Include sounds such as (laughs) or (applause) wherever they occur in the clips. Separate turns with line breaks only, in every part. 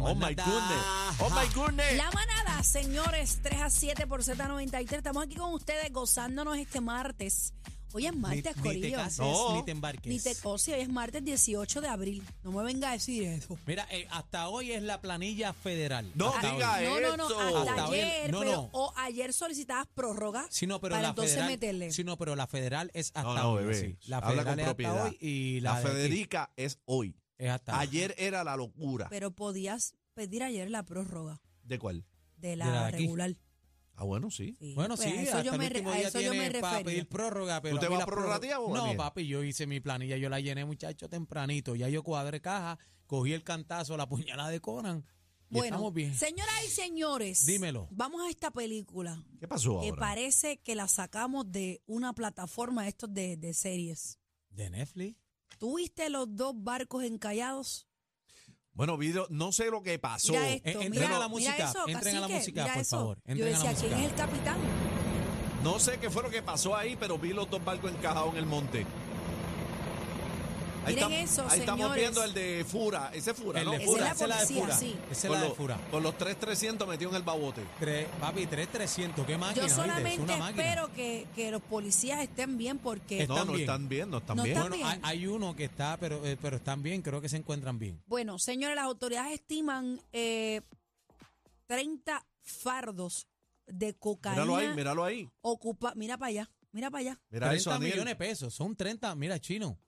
Oh my goodness. Oh my goodness.
La manada, señores, 3 a 7 por Z93. Estamos aquí con ustedes gozándonos este martes. Hoy es
Ni,
martes,
ni te
Corillo.
cases,
No.
ni te embarques.
Ni te cose, hoy es martes 18 de abril. No me venga a decir eso.
Mira, eh, hasta hoy es la planilla federal.
No
Hasta
diga
hoy.
eso.
No, no, no, hasta,
Hasta hoy el-
ayer,
no,
pero-
no.
o ayer solicitabas prórroga
Sí, no, pero
para
la
entonces
federal,
meterle.
sí, no, pero la federal es hasta
No, no,
hoy.
bebé.
sí. La
Habla
federal
con
es
propiedad.
hasta hoy y la,
La
de aquí
Federica es hoy.
es hasta hoy.
Ayer era la locura.
Pero podías pedir ayer la prórroga
¿De cuál?
de
De la
la
de aquí.
regular.
Ah, bueno, sí.
Sí,
Bueno,
pues
sí,
a
hasta
eso yo
el
me, re-
último
a
día
eso yo me
tiene para
refería.
pedir prórroga, pero
te
a mí
vas
la prórroga-
prorrateado, Daniel?
No, papi, yo hice mi planilla, yo la llené, muchacho, tempranito. Ya yo cuadré caja, cogí el cantazo, la puñalada de Conan. Y
Bueno,
estamos bien.
señoras y señores,
Dímelo.
Vamos a esta película
¿Qué pasó
que
ahora?
parece que la sacamos de una plataforma de estos de, de series.
De Netflix.
¿Tuviste los dos barcos encallados?
Bueno, video, no sé lo que pasó.
Mira esto,
Eh, entren
mira,
a la
mira
música,
eso,
entren a la
cacique,
música,
mira
por
eso.
favor,
Yo
entren a la
decía, ¿quién
música.
es el capitán?
No sé qué fue lo que pasó ahí, pero vi los dos barcos encajados en el monte.
Miren
estam-
eso,
ahí estamos
señores.
viendo el de Fura. Ese es Fura,
El
¿no?
de
Esa
Fura,
es
esa es la de
policía,
Fura.
sí.
Esa es
Con,
la de
los-
Fura.
con los 3,300 metido en el babote.
Tres, papi, 3,300. Qué máquina,
Yo
oíste, es
solamente
una máquina.
espero que, que los policías estén bien porque,
Está-
No,
Están
no
bien.
están bien, no están
No
bien.
están
Bueno,
bien.
hay, hay uno que está, pero, eh, pero están bien, creo que se encuentran bien.
bueno, señores, las autoridades estiman eh, 30 fardos de cocaína.
míralo ahí, míralo ahí.
ocupa, mira para allá, mira para allá.
Mira
30
eso, Daniel.
millones de pesos, son 30, mira, chino.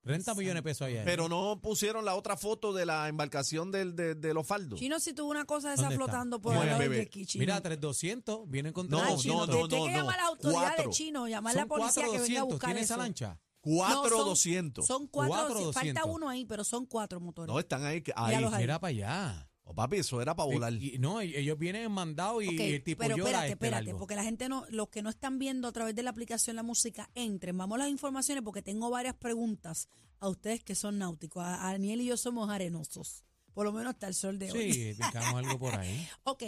30 millones de pesos allá.
Pero no pusieron la otra foto de la embarcación del, de, de los faldos.
Chino si tuvo una cosa de esa
¿Dónde está?
flotando por
Mira,
al lado del
bebé.
jet ski, Chino.
mira, 3,200, vienen con
No,
Ay,
300.
chino,
no,
te-
no,
te
no,
que llamar
no.
a las autoridades,
Cuatro.
Chino, llamar a la
Son
policía que venga a
4,200,
buscar
¿tiene
eso.
esa lancha?
No, son-
4,200.
Son cuatro,
Cuatro
doscientos. falta
200.
uno ahí, pero son cuatro motores.
no, están ahí. que- ahí.
Míralos ahí.
Mira para allá.
Oh, papi, eso era para volar.
Y- y no, y- ellos vienen mandados y
Ok,
el tipo
pero
llora.
espérate,
este
espérate,
largo.
porque la gente no, los que no están viendo a través de la aplicación la música, entren, vamos a las informaciones porque tengo varias preguntas a ustedes que son náuticos. A, a Daniel y yo somos arenosos, por lo menos hasta el sol de hoy.
Sí, picamos algo por ahí.
Ok,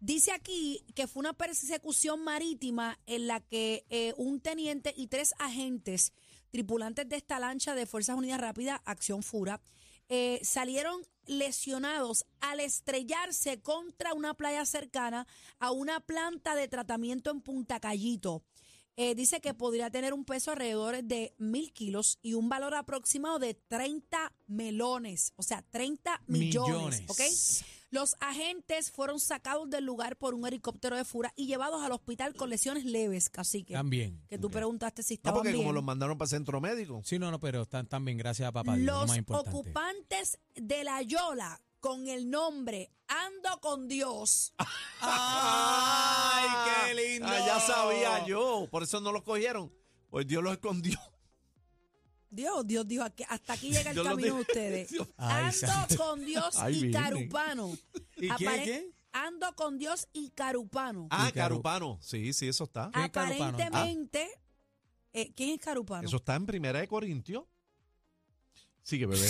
dice aquí que fue una persecución marítima en la que eh, un teniente y tres agentes, tripulantes de esta lancha de Fuerzas Unidas Rápida, Acción Fura, eh, salieron lesionados al estrellarse contra una playa cercana a una planta de tratamiento en Punta Callito. Eh, dice que podría tener un peso alrededor de mil kilos y un valor aproximado de 30 melones, o sea, 30 (laughs) millones.
Millones.
¿ok? Los agentes fueron sacados del lugar por un helicóptero de fura y llevados al hospital con lesiones leves, cacique.
También.
Que
Ah,
tú
Ok. Ah,
preguntaste si
No,
estaban
porque como
bien.
los mandaron para centro médico.
Sí, no, no, pero están tan bien, gracias a papá. Dios, lo
Los
más importante.
ocupantes de la Yola con el nombre Ando con Dios.
¡Ay, qué lindo!
Ah, ya sabía yo. Por eso no los cogieron. Pues Dios los escondió.
Dios, Dios, Dios, aquí- hasta aquí llega (laughs) el
Yo lo
camino de
digo. (laughs)
ustedes.
Dios.
(laughs) Ay,
Ando
santo.
con Dios
Ahí
y
vienen.
Carupano.
¿Y quién,
Apare-
quién?
Ando con Dios y Carupano.
Ah,
Y Caru-
Carupano. Sí, sí, eso está.
¿Quién
Ah,
es Carupano? Ah.
Aparentemente, eh, ¿quién es Carupano?
Eso está en Primera de Corintios. Sigue,
(laughs)
bebé.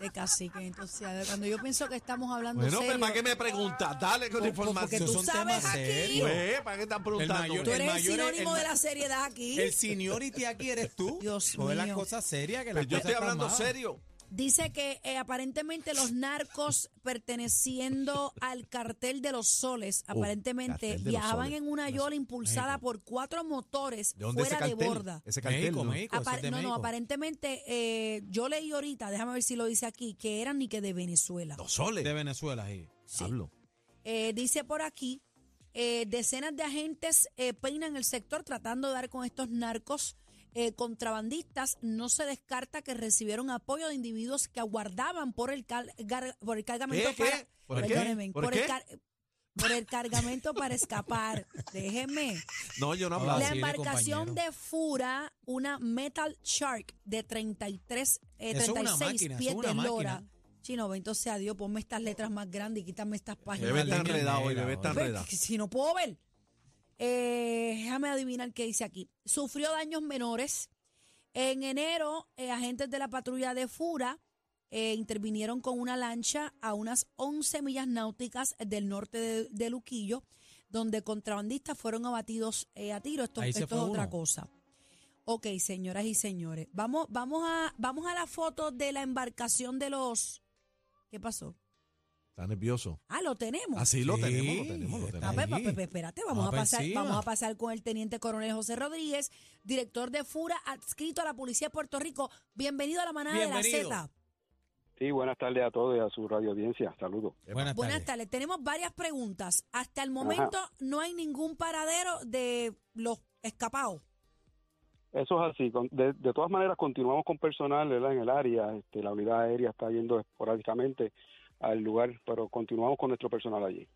De cacique. Entonces, cuando yo pienso que estamos hablando
bueno,
serio,
pues, ¿para qué me preguntas? Dale con la
Por- por- porque
información.
tú
son
sabes
temas
aquí.
serios.
Pues, ¿para qué están preguntando?
mayor-
Tú
El
eres el,
mayor es-
sinónimo
el
de
ma-
la seriedad aquí.
El seniority aquí eres tú.
Dios
Coge las
mío.
cosas serias que las
Pues yo
cosas
estoy
están
hablando
mal.
serio.
Dice que eh, aparentemente los narcos perteneciendo al cartel de los soles, aparentemente
cartel de los
viajaban
soles.
en una yola impulsada
México.
por cuatro motores
¿De dónde ese
fuera de
cartel?
borda.
Ese cartel.
México,
¿no?
México, eso es
Apar-
de
no, no,
México.
aparentemente eh, yo leí ahorita, déjame ver si lo dice aquí, que eran ni que de Venezuela.
Los soles.
De Venezuela, sí.
Sí.
Hablo.
Eh, dice por aquí, eh, decenas de agentes eh, peinan el sector tratando de dar con estos narcos eh, contrabandistas. No se descarta que recibieron apoyo de individuos que aguardaban por el, cal- gar- por el cargamento
¿Qué? ¿Qué?
para...
¿Por qué?
perdónenme,
¿Por
el
qué?
car- por el cargamento para
(laughs)
escapar. Déjeme.
No, yo no
Ah,
hablo.
sí,
La
de
embarcación
compañero.
de Fura, una Metal Shark de 33, eh,
Eso es una
36
máquina, eso
pies
es
de
una
lora.
máquina.
Chino, bendito sea Dios, ponme estas letras más grandes y quítame estas páginas.
Bebé
de
está
Daniel,
enredado hoy,
mira,
bebé está
bebé.
Ve,
enredado.
que Si no puedo ver. Eh, déjame adivinar qué dice aquí. Sufrió daños menores. En enero, eh, agentes de la patrulla de Fura eh, intervinieron con una lancha a unas 11 millas náuticas del norte de, de Luquillo, donde contrabandistas fueron abatidos eh, a tiro. Esto,
Ahí se
esto
fue
es otra
uno.
cosa. Ok, señoras y señores, vamos, vamos, a, vamos a la foto de la embarcación de los... ¿Qué pasó?
Está nervioso.
Ah, lo tenemos.
Así lo
Sí.
tenemos, lo tenemos, lo
Está
Ah,
tenemos.
pues,
Ahí.
pues, pues, espérate, vamos,
Vamos
a
pa'
pasar,
encima.
vamos a pasar con el teniente coronel José Rodríguez, director de FURA, adscrito a la Policía de Puerto Rico. Bienvenido a la manada de
Bienvenido.
la Z.
Sí, buenas tardes a todos y a su radio audiencia. Saludos.
Buenas,
Buenas
tardes.
tardes. Tenemos varias preguntas. Hasta el momento no hay ningún paradero de los escapados.
Eso es así. Con- De, de todas maneras, continuamos con personal ¿verdad? en el área. Este, la unidad aérea está yendo esporádicamente al lugar, pero continuamos con nuestro personal allí.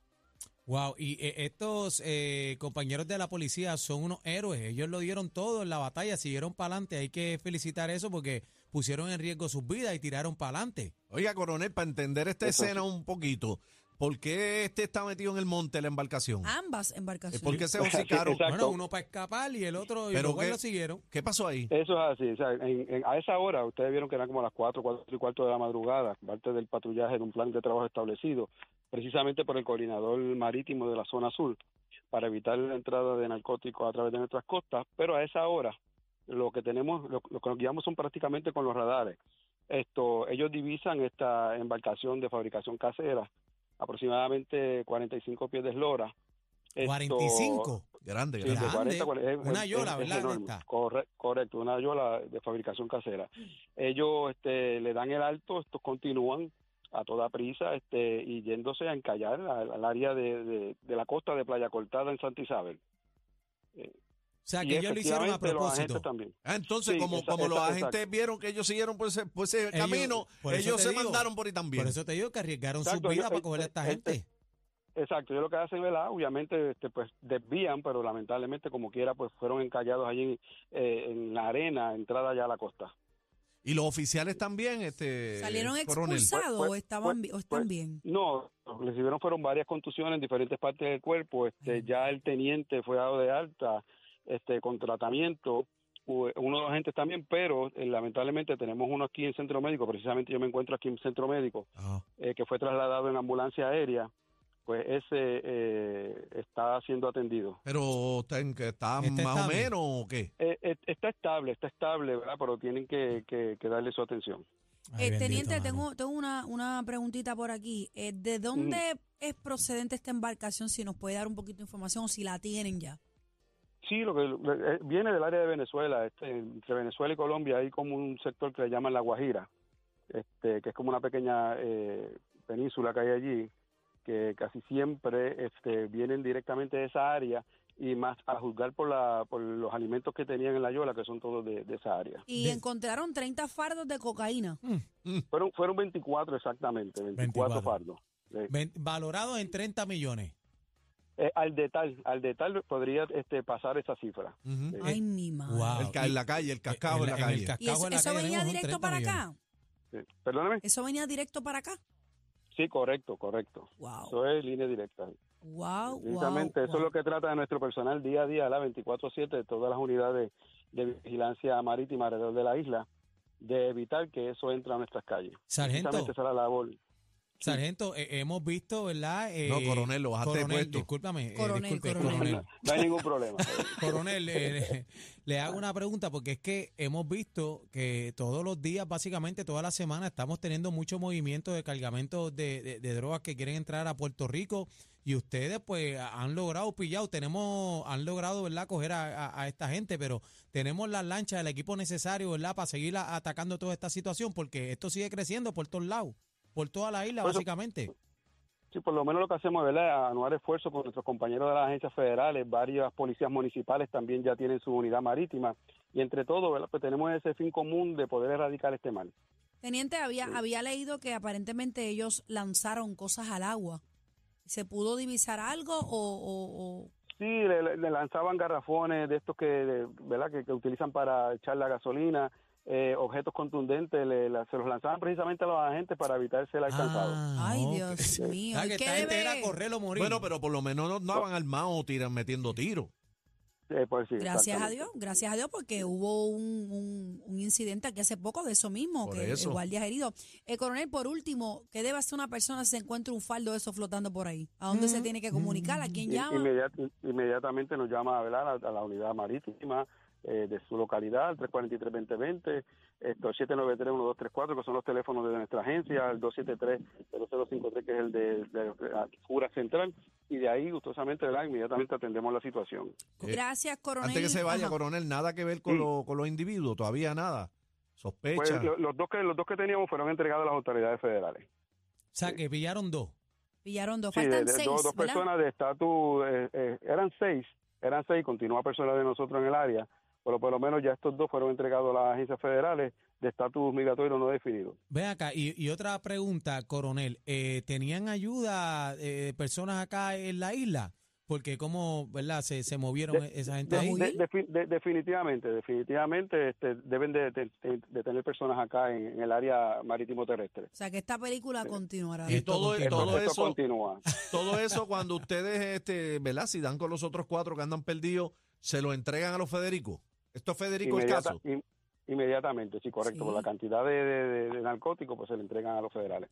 Wow, y eh, estos eh, compañeros de la policía son unos héroes. Ellos lo dieron todo en la batalla, siguieron para adelante. Hay que felicitar eso porque pusieron en riesgo sus vidas y tiraron para adelante.
Oiga, coronel, para entender esta
Eso
escena un poquito, ¿por qué este está metido en el monte la embarcación?
Ambas embarcaciones.
¿Por qué se hocicaron?
Exacto.
Bueno, uno para escapar y el otro, y
Pero
los cuales
qué-
lo siguieron.
¿Qué pasó ahí?
Eso es así. O sea, en- en- a esa hora, ustedes vieron que eran como las 4, 4 y cuarto de la madrugada, parte del patrullaje de un plan de trabajo establecido, precisamente por el coordinador marítimo de la zona sur, para evitar la entrada de narcóticos a través de nuestras costas. Pero a esa hora, lo que tenemos, lo, lo que nos guiamos son prácticamente con los radares. Esto, ellos divisan esta embarcación de fabricación casera, aproximadamente 45 pies de eslora. Esto-
45.
Grande,
Sí, de
grande.
Grande.
40, 40, es-
Una
es-
yola,
es
¿verdad?
enorme.
Esta.
Corre- correcto, una yola de fabricación casera. Ellos este, le dan el alto, estos continúan a toda prisa este, y yéndose a encallar al, al área de, de- de la costa de Playa Cortada en Santa Isabel.
O sea,
y
Ah, que ellos lo hicieron a
efectivamente los agentes
propósito.
también.
Ah, entonces,
Sí,
como,
esa-
como
esa-
los
esa-
agentes vieron que ellos siguieron por ese, por ese
Ellos-
camino,
por eso
ellos
te
se
digo,
mandaron por ahí también.
Por eso te digo que arriesgaron
Exacto,
sus vidas
ellos-
para coger a esta
este-
gente.
Exacto, yo lo que hacen, ¿verdad? Obviamente, este, pues desvían, pero lamentablemente, como quiera, pues fueron encallados allí eh, en la arena, entrada ya a la costa.
Y los oficiales también,
eh,
este.
¿Salieron
coronel.
expulsados
Pues-
o,
pues-
estaban, bi- o están
pues-
bien?
No, lo que recibieron fueron varias contusiones en diferentes partes del cuerpo. Este, ya el teniente fue dado de alta, este, con tratamiento. u- Uno de los agentes también, pero eh, lamentablemente tenemos uno aquí en centro médico. Precisamente yo me encuentro aquí en centro médico,
Ah,
eh, que fue trasladado en ambulancia aérea. Pues ese eh, está siendo atendido.
pero está, en- que está
Este
más o
está bien.
menos o qué?
Eh, eh, está estable, está estable, ¿verdad? Pero tienen que- que- que darle su atención.
Ay,
Eh,
bendito,
teniente,
mano.
tengo, tengo una, una preguntita por aquí. Eh, ¿De dónde es procedente esta embarcación? Si nos puede dar un poquito de información o si la tienen ya.
Sí, lo que eh, viene del área de Venezuela, este, entre Venezuela y Colombia hay como un sector que le llaman La Guajira, este, que es como una pequeña eh, península que hay allí, que casi siempre este, vienen directamente de esa área y más a juzgar por, la, por los alimentos que tenían en la yola, que son todos de, de esa área.
Y
De-
encontraron 30 fardos de cocaína.
Fueron, fueron 24 exactamente, 24,
24.
fardos. Sí.
Ven- valorado en 30 millones.
Eh, al detalle, al detalle podría este, pasar esa cifra.
Ujú.
Sí.
Ay, mi madre.
Wow.
El ca- en la calle, el cascado en la
el
calle.
¿Y
cascabo
eso,
en la
eso
calle
venía
tenemos un
directo
30
para
millones.
acá?
Sí. Perdóname.
¿Eso venía directo para acá?
Sí, correcto, correcto.
Wow.
Eso es línea directa.
Wow,
Precisamente, eso es lo que trata de nuestro personal día a día, la 24-7, de todas las unidades de vigilancia marítima alrededor de la isla, de evitar que eso entre a nuestras calles.
Sargento,
Precisamente esa es la labor.
sargento, eh, hemos visto, ¿verdad? Eh,
No, coronel, lo bajaste de
coronel,
puesto.
Discúlpame, eh,
Coronel,
disculpe,
coronel.
coronel.
(laughs) No hay ningún problema.
Coronel, eh, le hago una pregunta porque es que hemos visto que todos los días, básicamente toda la semana, estamos teniendo mucho movimiento de cargamentos de, de- de drogas que quieren entrar a Puerto Rico y ustedes pues han logrado pillado, tenemos, han logrado, ¿verdad?, coger a, a- a esta gente, pero tenemos las lanchas, el equipo necesario, ¿verdad?, para seguir a- atacando toda esta situación porque esto sigue creciendo por todos lados, por toda la isla,
Por eso-
básicamente.
Sí, por lo menos lo que hacemos ¿verdad? es anuar esfuerzos con nuestros compañeros de las agencias federales, varias policías municipales también ya tienen su unidad marítima, y entre todos ¿verdad? Pues tenemos ese fin común de poder erradicar este mal.
Teniente, había,
Sí.
había leído que aparentemente ellos lanzaron cosas al agua. ¿Se pudo divisar algo o...? o- o-
Sí, le, le lanzaban garrafones de estos que, de- ¿verdad? que, que utilizan para echar la gasolina, eh, objetos contundentes, le- la- se los lanzaban precisamente a los agentes para evitar ser alcanzados.
Ah,
Ay,
ok.
Dios
(laughs) O
mío.
sea,
¿y
Ah, que
qué
esta gente
debe-
era correr o morir.
Bueno, pero por lo menos no, no estaban armados tiran, metiendo tiros.
Eh, pues sí,
Gracias a
exactamente.
Dios, gracias a Dios, porque hubo un, un- un incidente aquí hace poco de eso mismo,
Por
que
eso.
el guardia es herido. Eh, coronel, por último, ¿qué debe hacer una persona si se encuentra un faldo de eso flotando por ahí? ¿A dónde se tiene que comunicar? ¿A quién
In-
llama?
inmediat- inmediatamente nos llama ¿verdad? a, a la unidad marítima, eh, de su localidad, al 343-2020, esto, 793-1234, que son los teléfonos de nuestra agencia, el 273-0053, que es el de, de la Cura Central, y de ahí, gustosamente, ¿verdad? inmediatamente atendemos la situación.
Eh,
Gracias, coronel.
Antes que se vaya,
Ajá.
coronel, nada que ver con,
Sí.
lo- con los individuos, todavía nada.
Mm. Pues,
Sospecha.
lo- los, dos que, los dos que teníamos fueron entregados a las autoridades federales.
sea, que pillaron dos.
Pillaron dos,
Sí, de-
faltan
de-
seis,
dos, dos
¿verdad?
personas de estatus, eh, eh, eran seis, eran seis, continúa personas de nosotros en el área, pero por lo menos ya estos dos fueron entregados a las agencias federales de estatus migratorio no definido.
Ven acá, y, y otra pregunta, coronel. eh, ¿Tenían ayuda eh, personas acá en la isla? Porque cómo, ¿verdad? Se, se movieron
De-
esa gente
De-
ahí.
de- defi- de- definitivamente, definitivamente este, deben de, de- de tener personas acá en, en el área marítimo terrestre.
O sea, que esta película continuará.
Y
Esto
todo, e-
continúa.
todo
Esto
eso,
continúa.
todo eso cuando ustedes, este, ¿verdad? Si dan con los otros cuatro que andan perdidos, se lo entregan a los Federico. Esto es Federico el
Inmediata-
caso.
in- inmediatamente, sí, correcto.
Sí.
Por la cantidad de, de- de- de narcóticos, pues se le entregan a los federales.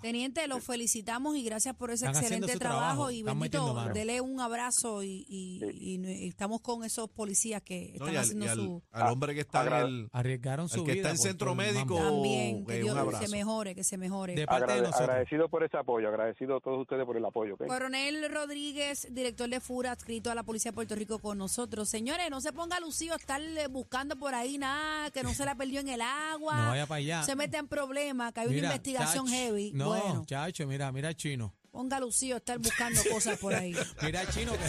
Teniente, los felicitamos y gracias por ese
Están haciendo
excelente
su
trabajo.
trabajo,
Y
están
bendito,
metiendo mano.
dele un abrazo y, y-
Sí.
y- y estamos con esos policías que
No,
están
y al,
haciendo
y al-
su...
al hombre que está en
agra-
el...
Arriesgaron
Al
su
que
vida.
está en
por-
centro
por el mambo.
médico.
También, que
eh,
Dios
un abrazo.
se mejore, que se mejore.
De parte de
Agrade-
nosotros.
agradecido por ese apoyo, agradecido a todos ustedes por el apoyo. ¿ok?
Coronel Rodríguez, director de FURA, adscrito a la Policía de Puerto Rico con nosotros. Señores, no se ponga lucido estar eh, buscando por ahí nada, que no se la perdió en el agua.
No vaya para allá.
se mete en problemas, que hay
Mira,
una investigación
chacho,
heavy.
No,
Bueno,
chacho, mira, mira el chino.
ponga lucido estar buscando cosas por
(laughs)
ahí.
Mira el chino que...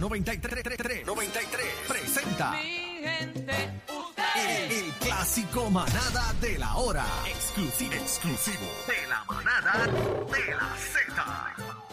Z93 93 presenta
Mi gente,
el,
ustedes.
el clásico manada de la hora. Exclusivo. Exclusivo. De la manada de la Z.